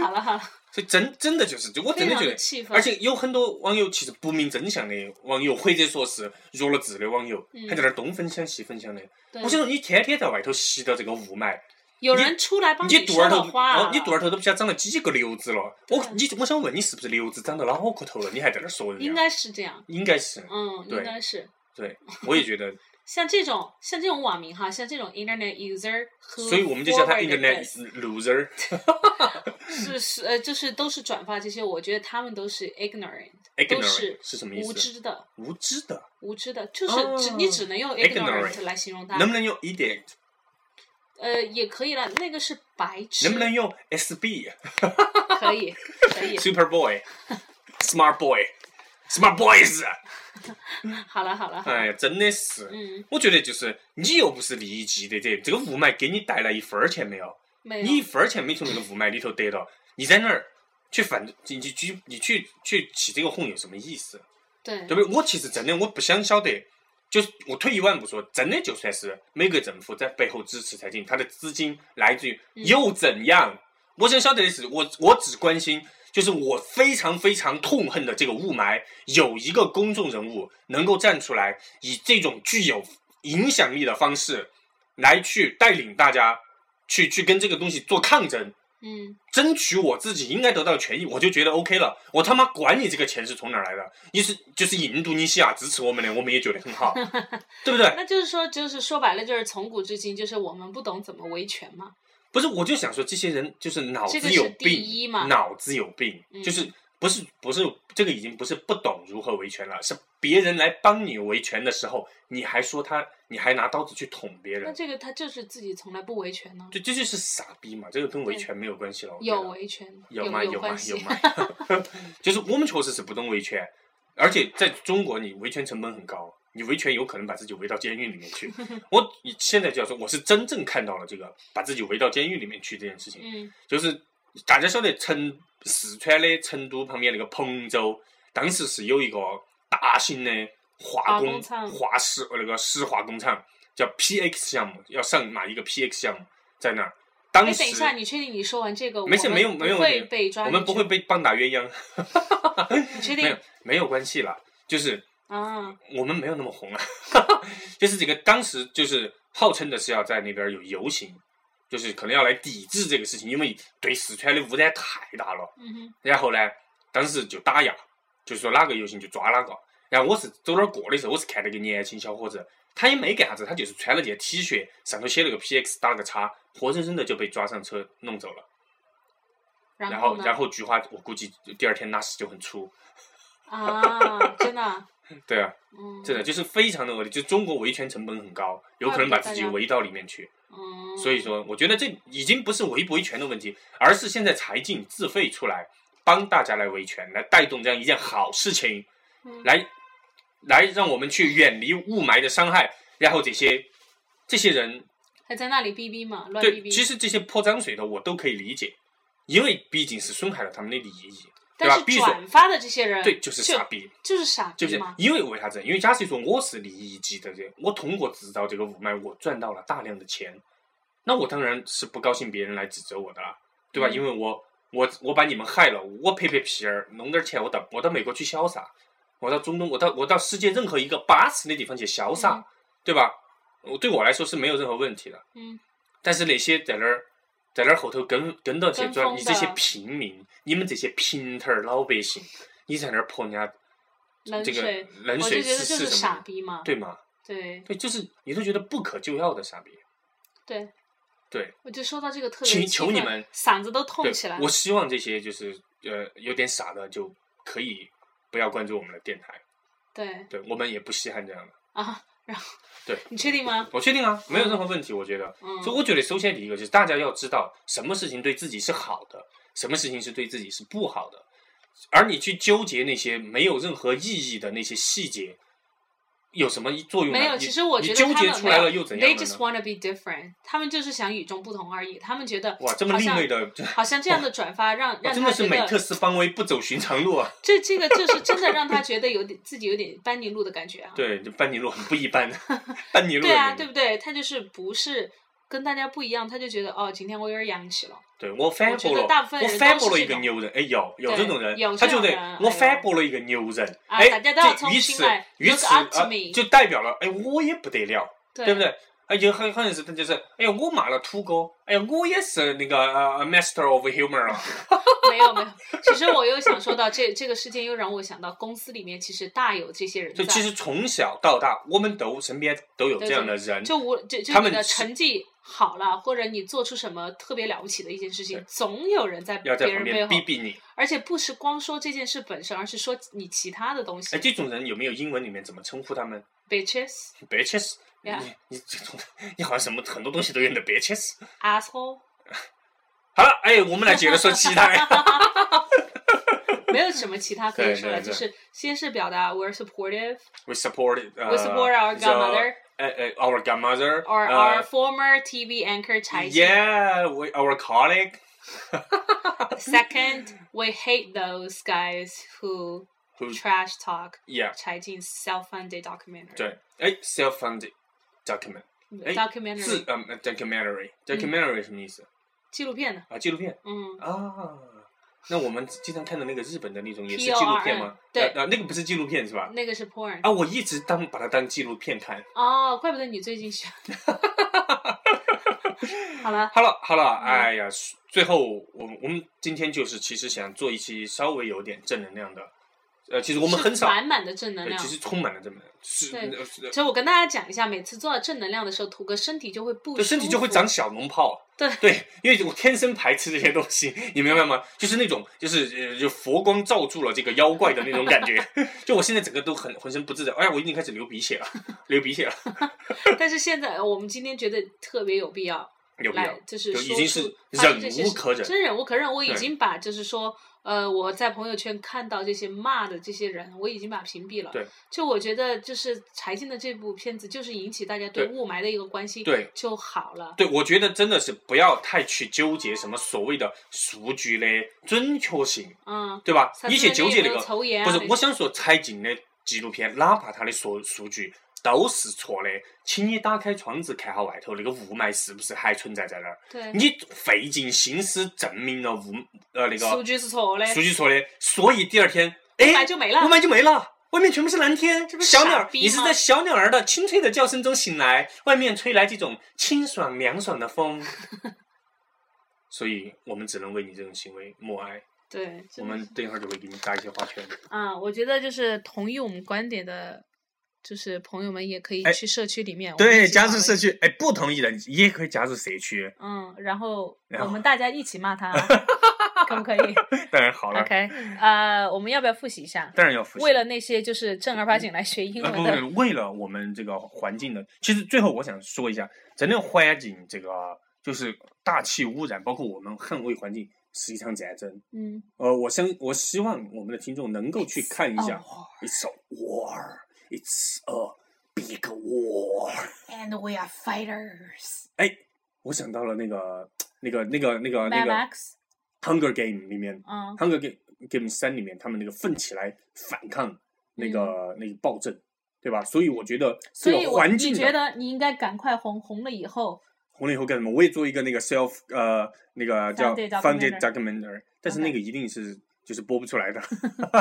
[SPEAKER 2] 好了好了，
[SPEAKER 3] 所以真真的就是，就我真
[SPEAKER 2] 非
[SPEAKER 3] 的
[SPEAKER 2] 常
[SPEAKER 3] 觉
[SPEAKER 2] 的
[SPEAKER 3] 得，
[SPEAKER 2] 气愤。
[SPEAKER 3] 而且有很多网友其实不明真相的网友，或者说是弱了智的网友，
[SPEAKER 2] 嗯
[SPEAKER 3] 还在那儿东分享西分享的。
[SPEAKER 2] 对
[SPEAKER 3] 我想说，你天天在外头吸到这个雾霾，
[SPEAKER 2] 有人出来帮
[SPEAKER 3] 你肚
[SPEAKER 2] 说
[SPEAKER 3] 儿头
[SPEAKER 2] 了，话
[SPEAKER 3] 哦
[SPEAKER 2] 了，
[SPEAKER 3] 你肚儿头都不晓得长了几个瘤子了。
[SPEAKER 2] 对
[SPEAKER 3] 我你我想问你，是不是瘤子长到脑壳头了？你还在那儿说人家？
[SPEAKER 2] 应该是这样。
[SPEAKER 3] 应该是，
[SPEAKER 2] 嗯，
[SPEAKER 3] 对
[SPEAKER 2] 应该是
[SPEAKER 3] 对，我也觉
[SPEAKER 2] [laughs]
[SPEAKER 3] 得，
[SPEAKER 2] 像这种像这种网民哈，像这种 internet user，who
[SPEAKER 3] 所以我们就叫他
[SPEAKER 2] forwarded
[SPEAKER 3] internet 嗯
[SPEAKER 2] this
[SPEAKER 3] loser。
[SPEAKER 2] 是是呃，就是都是转发这些，我觉得他们都是 ignorant，都
[SPEAKER 3] ignorant
[SPEAKER 2] 是
[SPEAKER 3] 是什么意
[SPEAKER 2] 无
[SPEAKER 3] 思？
[SPEAKER 2] 知的，
[SPEAKER 3] 无知的，
[SPEAKER 2] 无知的，就是
[SPEAKER 3] 哦
[SPEAKER 2] 只、你只能用
[SPEAKER 3] ignorant
[SPEAKER 2] ignorant 来形容他
[SPEAKER 3] 能。不能用 idiot？
[SPEAKER 2] 呃，也可以了，那个是白痴，
[SPEAKER 3] 能不能用 SB？
[SPEAKER 2] 可以可以
[SPEAKER 3] [laughs] Super Boy，Smart Boy，是吗，boys？
[SPEAKER 2] 好了好了，好了
[SPEAKER 3] 哎，真的是，
[SPEAKER 2] 嗯，
[SPEAKER 3] 我觉得就是你又不是利益积累者，这个雾霾给你带来一分儿钱没有？
[SPEAKER 2] 没
[SPEAKER 3] 你一
[SPEAKER 2] 有，
[SPEAKER 3] 分儿钱没从那个雾霾里头得到，你在那儿去反，你你去你去去起这个哄有什么意思？
[SPEAKER 2] 对
[SPEAKER 3] 对不对？我其实真的我不想晓得，就是我退一万步说，真的就算是美国政府在背后支持财经，它的资金来自于又怎样？我想晓得的是，我我只关心，就是我非常非常痛恨的这个雾霾，有一个公众人物能够站出来，以这种具有影响力的方式来去带领大家去去跟这个东西做抗争。
[SPEAKER 2] 嗯，
[SPEAKER 3] 争取我自己应该得到的权益，我就觉得 OK 了。我他妈管你这个钱是从哪儿来的，你是就是印度尼西亚支持我们的，我们也觉得
[SPEAKER 2] [laughs]
[SPEAKER 3] 很好，对不对？
[SPEAKER 2] 那就是说，就是说白了，就是从古至今，就是我们不懂怎么维权嘛。
[SPEAKER 3] 不是，我就想说这些人就是脑
[SPEAKER 2] 这个是
[SPEAKER 3] 子有
[SPEAKER 2] 第
[SPEAKER 3] 病
[SPEAKER 2] 一，嘛
[SPEAKER 3] 脑子有病，
[SPEAKER 2] 嗯
[SPEAKER 3] 就是不是不是这个已经不是不懂如何维权了，是别人来帮你维权的时候，你还说他，你还拿刀子去捅别
[SPEAKER 2] 那
[SPEAKER 3] 人，
[SPEAKER 2] 这个他就是自己从来不维权呢，
[SPEAKER 3] 这这就是傻逼嘛，这个跟维权没有关系了。我觉得
[SPEAKER 2] 有维权，
[SPEAKER 3] 有吗？
[SPEAKER 2] 有
[SPEAKER 3] 有吗
[SPEAKER 2] 关？系
[SPEAKER 3] 有，
[SPEAKER 2] [laughs]
[SPEAKER 3] 吗？ [laughs] 就是我们确实是不懂维权，而且在中国，你维权成本很高，你维权有可能把自己围到监狱里面
[SPEAKER 2] [laughs]
[SPEAKER 3] 去。我现在就要说，我是真正看到了这个把自己围到监狱里面去这件事情。
[SPEAKER 2] 嗯
[SPEAKER 3] 就是大家晓得成四川的成都旁边那个彭州，当时是有一个大型的化
[SPEAKER 2] 化
[SPEAKER 3] 工
[SPEAKER 2] 工厂
[SPEAKER 3] 化石呃那个石化工厂，叫 PX 项目，要上马一个 PX 项目在那儿。当
[SPEAKER 2] 哎，
[SPEAKER 3] 时
[SPEAKER 2] 等一下，你确定你说完这个，
[SPEAKER 3] 没事
[SPEAKER 2] 我们
[SPEAKER 3] 没有没有
[SPEAKER 2] 不
[SPEAKER 3] 问
[SPEAKER 2] 会
[SPEAKER 3] 题
[SPEAKER 2] 被抓进去，
[SPEAKER 3] 我们不会被棒打鸳鸯。
[SPEAKER 2] 你确
[SPEAKER 3] 没有
[SPEAKER 2] 定
[SPEAKER 3] 没有关系啦，就是
[SPEAKER 2] 啊？
[SPEAKER 3] 我们没有那么红啊， [laughs] 就是这个当时就是号称的是要在那边有游行，就是可能要来抵制这个事情，因为对四川的污染太大了。
[SPEAKER 2] 嗯
[SPEAKER 3] [laughs]
[SPEAKER 2] 哼，
[SPEAKER 3] 然后呢，当时就打压，就说哪个游行就抓哪个。然后我是走那儿过的时候，我是看到一个年轻小伙子，他也没干啥子，他就是穿了件 T 恤，上头写了个 PX，打了个叉，活生生的就被抓上车弄走了。然
[SPEAKER 2] 后
[SPEAKER 3] 后
[SPEAKER 2] 呢？
[SPEAKER 3] 然后菊花，我估计第二天拉屎就很粗。
[SPEAKER 2] 啊，真的啊，
[SPEAKER 3] 对啊，
[SPEAKER 2] 嗯，
[SPEAKER 3] [laughs] 真的就是非常的恶劣，就中国维权成本很高，有可能把自己围到里面去。
[SPEAKER 2] 嗯，
[SPEAKER 3] 所以说，我觉得这已经不是维不维权的问题，而是现在财经自费出来帮大家来维权，来带动这样一件好事情，
[SPEAKER 2] 嗯
[SPEAKER 3] 来来让我们去远离雾霾的伤害。然后这些这些人，
[SPEAKER 2] 还在那里逼逼嘛，乱逼
[SPEAKER 3] 对，
[SPEAKER 2] 逼。
[SPEAKER 3] 其实这些泼脏水的我都可以理解，因为毕竟是损害了他们的利益，对
[SPEAKER 2] 但
[SPEAKER 3] 吧
[SPEAKER 2] 是？
[SPEAKER 3] 比如说，
[SPEAKER 2] 转发的这些人，
[SPEAKER 3] 对，就是
[SPEAKER 2] 就
[SPEAKER 3] 傻逼。
[SPEAKER 2] 就是傻
[SPEAKER 3] 就
[SPEAKER 2] 逼
[SPEAKER 3] 是
[SPEAKER 2] 嘛，
[SPEAKER 3] 因为为啥子？因为假设说我是利益集的人，我通过制造这个雾霾，我赚到了大量的钱，那我当然是不高兴别人来指责我的啦，对吧？
[SPEAKER 2] 嗯
[SPEAKER 3] 因为我我我把你们害了，我拍拍屁儿，弄点钱，我到我到美国去潇洒，我到中东，我到我到世界任何一个巴适的地方去潇洒，
[SPEAKER 2] 嗯
[SPEAKER 3] 对吧？我对我来说是没有任何问题的。
[SPEAKER 2] 嗯，
[SPEAKER 3] 但是那些在那儿在那儿后头跟跟到去
[SPEAKER 2] 跟
[SPEAKER 3] 转，
[SPEAKER 2] 风
[SPEAKER 3] 你这些
[SPEAKER 2] 的
[SPEAKER 3] 平民，你们这些平头儿老百姓，你在那儿泼人家。
[SPEAKER 2] 冷
[SPEAKER 3] 这个
[SPEAKER 2] 水，
[SPEAKER 3] 冷
[SPEAKER 2] 我就
[SPEAKER 3] 水
[SPEAKER 2] 觉得
[SPEAKER 3] 是
[SPEAKER 2] 就是是
[SPEAKER 3] 什么
[SPEAKER 2] 傻？逼嘛，
[SPEAKER 3] 对吗？
[SPEAKER 2] 对
[SPEAKER 3] 对，就是你都觉得不可救药的傻逼。
[SPEAKER 2] 对，
[SPEAKER 3] 对，
[SPEAKER 2] 我就说到这个特别
[SPEAKER 3] 请
[SPEAKER 2] 气
[SPEAKER 3] 求
[SPEAKER 2] 愤
[SPEAKER 3] 你们
[SPEAKER 2] 嗓子都痛
[SPEAKER 3] 对
[SPEAKER 2] 起来，
[SPEAKER 3] 我
[SPEAKER 2] 了。
[SPEAKER 3] 希望这些就是呃有点傻的就可以不要关注我们的电台，
[SPEAKER 2] 对
[SPEAKER 3] 对我们也不稀罕这样的。
[SPEAKER 2] 啊，然后
[SPEAKER 3] 对，
[SPEAKER 2] 你确定吗？
[SPEAKER 3] 我确定啊，没有任何问题，我觉得。
[SPEAKER 2] 嗯
[SPEAKER 3] 所以我觉得首先第一个就是大家要知道什么事情对自己是好的，什么事情是对自己是不好的，而你去纠结那些没有任何意义的那些细节，有什么作用呢？
[SPEAKER 2] 没有，
[SPEAKER 3] 你
[SPEAKER 2] 其实我
[SPEAKER 3] 你
[SPEAKER 2] 觉得
[SPEAKER 3] 纠
[SPEAKER 2] 他
[SPEAKER 3] 结
[SPEAKER 2] 们
[SPEAKER 3] 出
[SPEAKER 2] 没
[SPEAKER 3] 来
[SPEAKER 2] 有
[SPEAKER 3] 了又怎样
[SPEAKER 2] ？They
[SPEAKER 3] 了
[SPEAKER 2] just
[SPEAKER 3] 呢？
[SPEAKER 2] wanna be different，他们就是想与众不同而已。他们觉得
[SPEAKER 3] 哇，这么
[SPEAKER 2] 好
[SPEAKER 3] 另
[SPEAKER 2] 像
[SPEAKER 3] 类的， [laughs]
[SPEAKER 2] 好像这样哦的转发让
[SPEAKER 3] 哇
[SPEAKER 2] 让
[SPEAKER 3] 真
[SPEAKER 2] 他
[SPEAKER 3] 的是
[SPEAKER 2] 觉
[SPEAKER 3] 美特
[SPEAKER 2] 得
[SPEAKER 3] 斯邦威不走寻常路啊！
[SPEAKER 2] 这这个就是真的让他觉得有点自己有点班尼路的感觉啊。
[SPEAKER 3] [laughs] 对，这班尼路很不一
[SPEAKER 2] [laughs]
[SPEAKER 3] 般，班尼路
[SPEAKER 2] 对啊，
[SPEAKER 3] 的
[SPEAKER 2] 对
[SPEAKER 3] 人
[SPEAKER 2] 不对？他就是不是跟大家不一样，他就觉得哦，今天我有点洋气了。
[SPEAKER 3] 对我反
[SPEAKER 2] 我觉
[SPEAKER 3] 驳
[SPEAKER 2] 得
[SPEAKER 3] 了，
[SPEAKER 2] 大部分
[SPEAKER 3] 我
[SPEAKER 2] 人
[SPEAKER 3] 反
[SPEAKER 2] 都
[SPEAKER 3] 驳
[SPEAKER 2] 是
[SPEAKER 3] 了
[SPEAKER 2] 这
[SPEAKER 3] 一个
[SPEAKER 2] 种
[SPEAKER 3] 牛人，哎，有有
[SPEAKER 2] 对
[SPEAKER 3] 这种人
[SPEAKER 2] 有，
[SPEAKER 3] 他
[SPEAKER 2] 这
[SPEAKER 3] 觉
[SPEAKER 2] 种
[SPEAKER 3] 得
[SPEAKER 2] 人
[SPEAKER 3] 我
[SPEAKER 2] 哎
[SPEAKER 3] 反
[SPEAKER 2] 呦
[SPEAKER 3] 驳了一个牛人，
[SPEAKER 2] 啊
[SPEAKER 3] 哎，
[SPEAKER 2] 大家都要
[SPEAKER 3] 这
[SPEAKER 2] 从
[SPEAKER 3] 于
[SPEAKER 2] 心
[SPEAKER 3] 此
[SPEAKER 2] 来
[SPEAKER 3] 于
[SPEAKER 2] look
[SPEAKER 3] 此
[SPEAKER 2] up to
[SPEAKER 3] 啊
[SPEAKER 2] me
[SPEAKER 3] 就代表了，哎，我也不得了，
[SPEAKER 2] 对
[SPEAKER 3] 对不？对？哎，就很好像是他就是，哎呀，我骂了土哥，哎呀，我也是那个呃 master of humor 啊了，
[SPEAKER 2] 没有没有，其实我又想说到这这个事件，又让我想到公司里面其实大有这些人
[SPEAKER 3] 就
[SPEAKER 2] 在，
[SPEAKER 3] 其实从小到大，我们都身边都有
[SPEAKER 2] 对
[SPEAKER 3] 这样的人，
[SPEAKER 2] 就无就就
[SPEAKER 3] 他
[SPEAKER 2] 你
[SPEAKER 3] 们
[SPEAKER 2] 的
[SPEAKER 3] 是
[SPEAKER 2] 成绩好了，或者你做出什么特别了不起的一件事情
[SPEAKER 3] 对，
[SPEAKER 2] 总有人在别
[SPEAKER 3] 要在旁
[SPEAKER 2] 人背
[SPEAKER 3] 边
[SPEAKER 2] 后
[SPEAKER 3] 逼，逼你。
[SPEAKER 2] 而且不是光说这件事本身，而是说你其他的东西
[SPEAKER 3] 哎，。这种人有没有英文里面怎么称呼他们？
[SPEAKER 2] Bitches,
[SPEAKER 3] bitches，你
[SPEAKER 2] Yeah
[SPEAKER 3] 你这种，你好像什么很多东西都用的 bitches。
[SPEAKER 2] asshole。 [laughs]
[SPEAKER 3] 好了，哎，我们来接着说其他的。
[SPEAKER 2] 没有什么其他可以说的，
[SPEAKER 3] 对对对
[SPEAKER 2] 就是先是表达 we're supportive,
[SPEAKER 3] We support it. Uh,
[SPEAKER 2] we support our
[SPEAKER 3] the-
[SPEAKER 2] godmother
[SPEAKER 3] uh, uh, our godmother.
[SPEAKER 2] or our
[SPEAKER 3] uh,
[SPEAKER 2] former TV anchor Chai.
[SPEAKER 3] Yeah, we, our colleague
[SPEAKER 2] [laughs] Second, we hate those guys who
[SPEAKER 3] who.
[SPEAKER 2] trash talk
[SPEAKER 3] Yeah.
[SPEAKER 2] Chai Jin's self-funded documentary.
[SPEAKER 3] 对，哎，self-funded document 哎自
[SPEAKER 2] documentary 嗯
[SPEAKER 3] 嗯 documentary documentary 什么意思
[SPEAKER 2] 纪录片的，
[SPEAKER 3] 啊？纪录片
[SPEAKER 2] 嗯，
[SPEAKER 3] 啊？那我们经常看的那个日本的那种也是
[SPEAKER 2] PRN
[SPEAKER 3] 纪录片吗？
[SPEAKER 2] 对
[SPEAKER 3] 啊，那个不是纪录片是吧？
[SPEAKER 2] 那个是 porn。
[SPEAKER 3] 啊，我一直当把它当纪录片看。
[SPEAKER 2] 哦，怪不得你最近
[SPEAKER 3] [laughs]
[SPEAKER 2] 学。好了，
[SPEAKER 3] 好了好了，
[SPEAKER 2] 嗯
[SPEAKER 3] 哎呀，最后我们我们今天就是其实想做一期稍微有点正能量的，呃，其实我们
[SPEAKER 2] 是
[SPEAKER 3] 很少，
[SPEAKER 2] 满满的正能
[SPEAKER 3] 对，
[SPEAKER 2] 量
[SPEAKER 3] 其。实充满了正能量，是
[SPEAKER 2] 对
[SPEAKER 3] 呃是
[SPEAKER 2] 其实我跟大家讲一下，每次做到正能量的时候，图哥身体就会不
[SPEAKER 3] 对，身体就会
[SPEAKER 2] 舒服
[SPEAKER 3] 长小脓泡。
[SPEAKER 2] 对
[SPEAKER 3] 对，因为我天生排斥这些东西， [laughs] 你明白吗？就是那种，就是呃，就佛光照住了这个妖怪的那种感觉。
[SPEAKER 2] [laughs]
[SPEAKER 3] 就我现在整个都很浑身不自在，哎呀，我已经开始流
[SPEAKER 2] [laughs]
[SPEAKER 3] 鼻血了，流鼻血了，
[SPEAKER 2] 但是现在呃我们今天觉得特别有必要，
[SPEAKER 3] 有必要
[SPEAKER 2] 来。就是
[SPEAKER 3] 就已
[SPEAKER 2] 说
[SPEAKER 3] 经
[SPEAKER 2] 出
[SPEAKER 3] 是
[SPEAKER 2] 发生
[SPEAKER 3] 忍
[SPEAKER 2] 这些
[SPEAKER 3] 无
[SPEAKER 2] 事
[SPEAKER 3] 可忍
[SPEAKER 2] 真忍无可忍。我已
[SPEAKER 3] 对
[SPEAKER 2] 经把就是说，呃，我在朋友圈看到这些骂的这些人，我已经把他屏蔽了。
[SPEAKER 3] 对，
[SPEAKER 2] 就我觉得就是柴静的这部片子，就是引起大家对
[SPEAKER 3] 对
[SPEAKER 2] 雾霾的一个关心，
[SPEAKER 3] 对
[SPEAKER 2] 就好了。
[SPEAKER 3] 对，我觉得真的是不要太去纠结什么所谓的数据嘞、准确性，
[SPEAKER 2] 嗯，
[SPEAKER 3] 对吧？
[SPEAKER 2] 啥
[SPEAKER 3] 一
[SPEAKER 2] 子
[SPEAKER 3] 些
[SPEAKER 2] 人
[SPEAKER 3] 纠
[SPEAKER 2] 有
[SPEAKER 3] 结
[SPEAKER 2] 没
[SPEAKER 3] 那
[SPEAKER 2] 有
[SPEAKER 3] 个，
[SPEAKER 2] 抽烟啊
[SPEAKER 3] 不是
[SPEAKER 2] 那些
[SPEAKER 3] 我想说，财经的纪录片，哪怕它的数数据都是错的，请你打开窗子看下外头那个雾霾是不是还存在在那儿。
[SPEAKER 2] 对，
[SPEAKER 3] 你费尽心思证明了雾呃那
[SPEAKER 2] 数
[SPEAKER 3] 个
[SPEAKER 2] 据是错的，
[SPEAKER 3] 数据错的，所以第二天
[SPEAKER 2] 雾霾
[SPEAKER 3] 哎
[SPEAKER 2] 就没
[SPEAKER 3] 雾
[SPEAKER 2] 了。
[SPEAKER 3] 霾就没了。外面全部是蓝天，
[SPEAKER 2] 不是
[SPEAKER 3] 小
[SPEAKER 2] 傻
[SPEAKER 3] 鸟儿，
[SPEAKER 2] 逼
[SPEAKER 3] 你是
[SPEAKER 2] 吗
[SPEAKER 3] 在小鸟儿的清脆的叫声中醒来，外面吹来这种清爽凉爽
[SPEAKER 2] [laughs]
[SPEAKER 3] 的风，所以我们只能为你这种行为默哀。
[SPEAKER 2] 对，
[SPEAKER 3] 我
[SPEAKER 2] 真的
[SPEAKER 3] 们等一会儿就会给你打一些花圈。
[SPEAKER 2] 啊，我觉得就是同意我们观点的，就是朋友们也可以
[SPEAKER 3] 哎
[SPEAKER 2] 去社区里面，我们哦一
[SPEAKER 3] 对，
[SPEAKER 2] 起
[SPEAKER 3] 加
[SPEAKER 2] 讨
[SPEAKER 3] 入
[SPEAKER 2] 论
[SPEAKER 3] 社区，哎，不同意的也可以加入社区，
[SPEAKER 2] 嗯，然后
[SPEAKER 3] 然
[SPEAKER 2] 我
[SPEAKER 3] 后
[SPEAKER 2] 们大家一起骂
[SPEAKER 3] [laughs]
[SPEAKER 2] 他，可不可以
[SPEAKER 3] 当然 [laughs] 好了
[SPEAKER 2] ？OK，呃，我们要不要复习一下？
[SPEAKER 3] 当然要复习。
[SPEAKER 2] 为了那些就是正儿八经来学英
[SPEAKER 3] 呃
[SPEAKER 2] 文
[SPEAKER 3] 不
[SPEAKER 2] 的，
[SPEAKER 3] 不，为了我们这个环境的，其实最后我想说一下，整个环境这个就是大气污染，包括我们捍卫环境是一场战争。
[SPEAKER 2] 嗯，
[SPEAKER 3] 呃，我相我希望我们的听众能够去看一下
[SPEAKER 2] 哦
[SPEAKER 3] ，It's a war, It's a big war。
[SPEAKER 2] ，And we are fighters。
[SPEAKER 3] 哎，我想到了那个那个那个那个
[SPEAKER 2] Mad
[SPEAKER 3] 那个
[SPEAKER 2] Max，
[SPEAKER 3] Hunger Game 里面
[SPEAKER 2] 嗯，
[SPEAKER 3] Hunger Game Game 三里面，他们那个奋起来反抗那个、那个暴政，对吧？所以我觉得
[SPEAKER 2] 嗯所
[SPEAKER 3] 这
[SPEAKER 2] 以
[SPEAKER 3] 个
[SPEAKER 2] 我
[SPEAKER 3] 环
[SPEAKER 2] 你
[SPEAKER 3] 境
[SPEAKER 2] 觉
[SPEAKER 3] 的
[SPEAKER 2] 得你应该赶快红，红了以后，
[SPEAKER 3] 红了以后干什么？我也做一个那个 self 呃那个叫
[SPEAKER 2] Founded documentary
[SPEAKER 3] founded documentary，但是
[SPEAKER 2] OK
[SPEAKER 3] 那个一定是就是播不
[SPEAKER 2] [laughs]
[SPEAKER 3] 出来的， [laughs]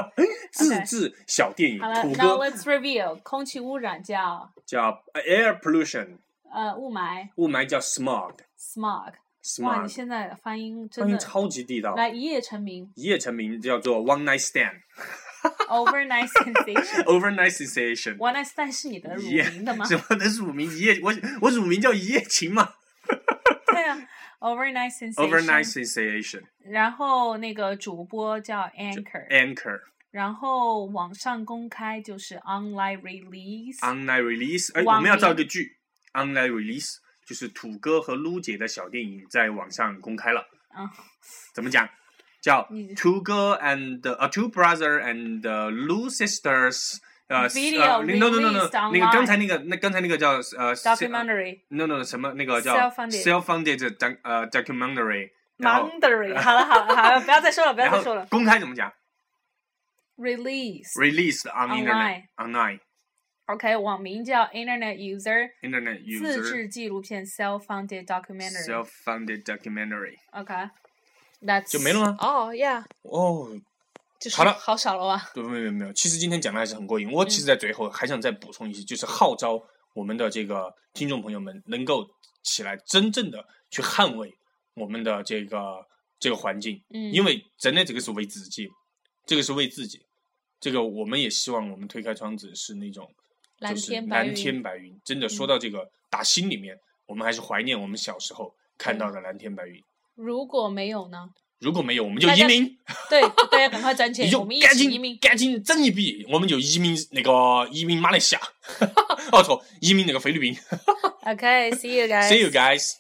[SPEAKER 3] 自制小电影
[SPEAKER 2] 好了
[SPEAKER 3] 嗯土
[SPEAKER 2] ，Now
[SPEAKER 3] 哥
[SPEAKER 2] let's review 空气污染叫
[SPEAKER 3] 叫 air pollution，
[SPEAKER 2] 呃雾霾
[SPEAKER 3] 雾霾叫 smog
[SPEAKER 2] smog，哇，你
[SPEAKER 3] smog，
[SPEAKER 2] 现在发音真
[SPEAKER 3] 发音
[SPEAKER 2] 的
[SPEAKER 3] 超级地道。
[SPEAKER 2] 来一夜成名
[SPEAKER 3] 一夜成名叫做 one night stand，overnight
[SPEAKER 2] ，overnight
[SPEAKER 3] [laughs]
[SPEAKER 2] sensation。
[SPEAKER 3] sensation。
[SPEAKER 2] One night stand 是你的乳
[SPEAKER 3] 一夜
[SPEAKER 2] 名的吗？
[SPEAKER 3] [laughs] 什么的乳名一夜，我我乳名叫一夜情嘛。
[SPEAKER 2] 对啊，overnight sensation。
[SPEAKER 3] Overnight sensation
[SPEAKER 2] 然后那个主播叫 Anchor，
[SPEAKER 3] anchor
[SPEAKER 2] 然后网上公开就是 online release。
[SPEAKER 3] online release，哎，
[SPEAKER 2] 网
[SPEAKER 3] 我们要
[SPEAKER 2] 名
[SPEAKER 3] 造一个剧 online release，就是土哥和撸姐的小电影在网上公开了。
[SPEAKER 2] 嗯，
[SPEAKER 3] 怎么讲？叫
[SPEAKER 2] 你
[SPEAKER 3] Two Girl and 呃 Two Brother and Lu Sisters 呃
[SPEAKER 2] Video
[SPEAKER 3] 呃 no no no no
[SPEAKER 2] released online
[SPEAKER 3] 那个刚才那个那刚才那个叫呃
[SPEAKER 2] documentary
[SPEAKER 3] no no 什么那个叫
[SPEAKER 2] Self-funded
[SPEAKER 3] self funded doc 呃 documentary，然后
[SPEAKER 2] mandary，好了好了好了，不要再说了，不要
[SPEAKER 3] 然
[SPEAKER 2] 再说
[SPEAKER 3] 后
[SPEAKER 2] 了。
[SPEAKER 3] 公开怎么讲
[SPEAKER 2] Release，OK，、
[SPEAKER 3] released on internet online
[SPEAKER 2] 网名叫 Internet User，,
[SPEAKER 3] internet
[SPEAKER 2] 自
[SPEAKER 3] user
[SPEAKER 2] 制纪录片 self-funded documentary。
[SPEAKER 3] self funded documentary。
[SPEAKER 2] OK，That's
[SPEAKER 3] 就没了吗？
[SPEAKER 2] 哦、oh,，Yeah，
[SPEAKER 3] 哦，
[SPEAKER 2] 就是
[SPEAKER 3] 好了
[SPEAKER 2] 好少了吧？
[SPEAKER 3] 对，没有没有，其实今天讲的还是很过瘾。我
[SPEAKER 2] 嗯
[SPEAKER 3] 其实在最后还想再补充一些，就是号召我们的这个听众朋友们能够起来，真正的去捍卫我们的这个这个环境，
[SPEAKER 2] 嗯，
[SPEAKER 3] 因为真的这个是为自己，这个是为自己，这个我们也希望我们推开窗子是那种
[SPEAKER 2] 蓝
[SPEAKER 3] 就是
[SPEAKER 2] 天白
[SPEAKER 3] 蓝
[SPEAKER 2] 云
[SPEAKER 3] 天白云。真的说
[SPEAKER 2] 嗯
[SPEAKER 3] 到这个，打心里面我们还是怀念我们小时候看
[SPEAKER 2] 嗯
[SPEAKER 3] 到的蓝天白云。
[SPEAKER 2] 如果没有呢？
[SPEAKER 3] 如果没有，我们就
[SPEAKER 2] 大
[SPEAKER 3] 移
[SPEAKER 2] 家
[SPEAKER 3] 民。
[SPEAKER 2] 对，大家赶快赚钱
[SPEAKER 3] 你，就
[SPEAKER 2] 我们一
[SPEAKER 3] 赶
[SPEAKER 2] 起移
[SPEAKER 3] 紧
[SPEAKER 2] 民。
[SPEAKER 3] 赶紧整一笔，我们就移民那个移民马 [laughs] 来西亚，哦错，移民那个菲律宾。
[SPEAKER 2] [laughs] OK，see you guys。
[SPEAKER 3] See you guys.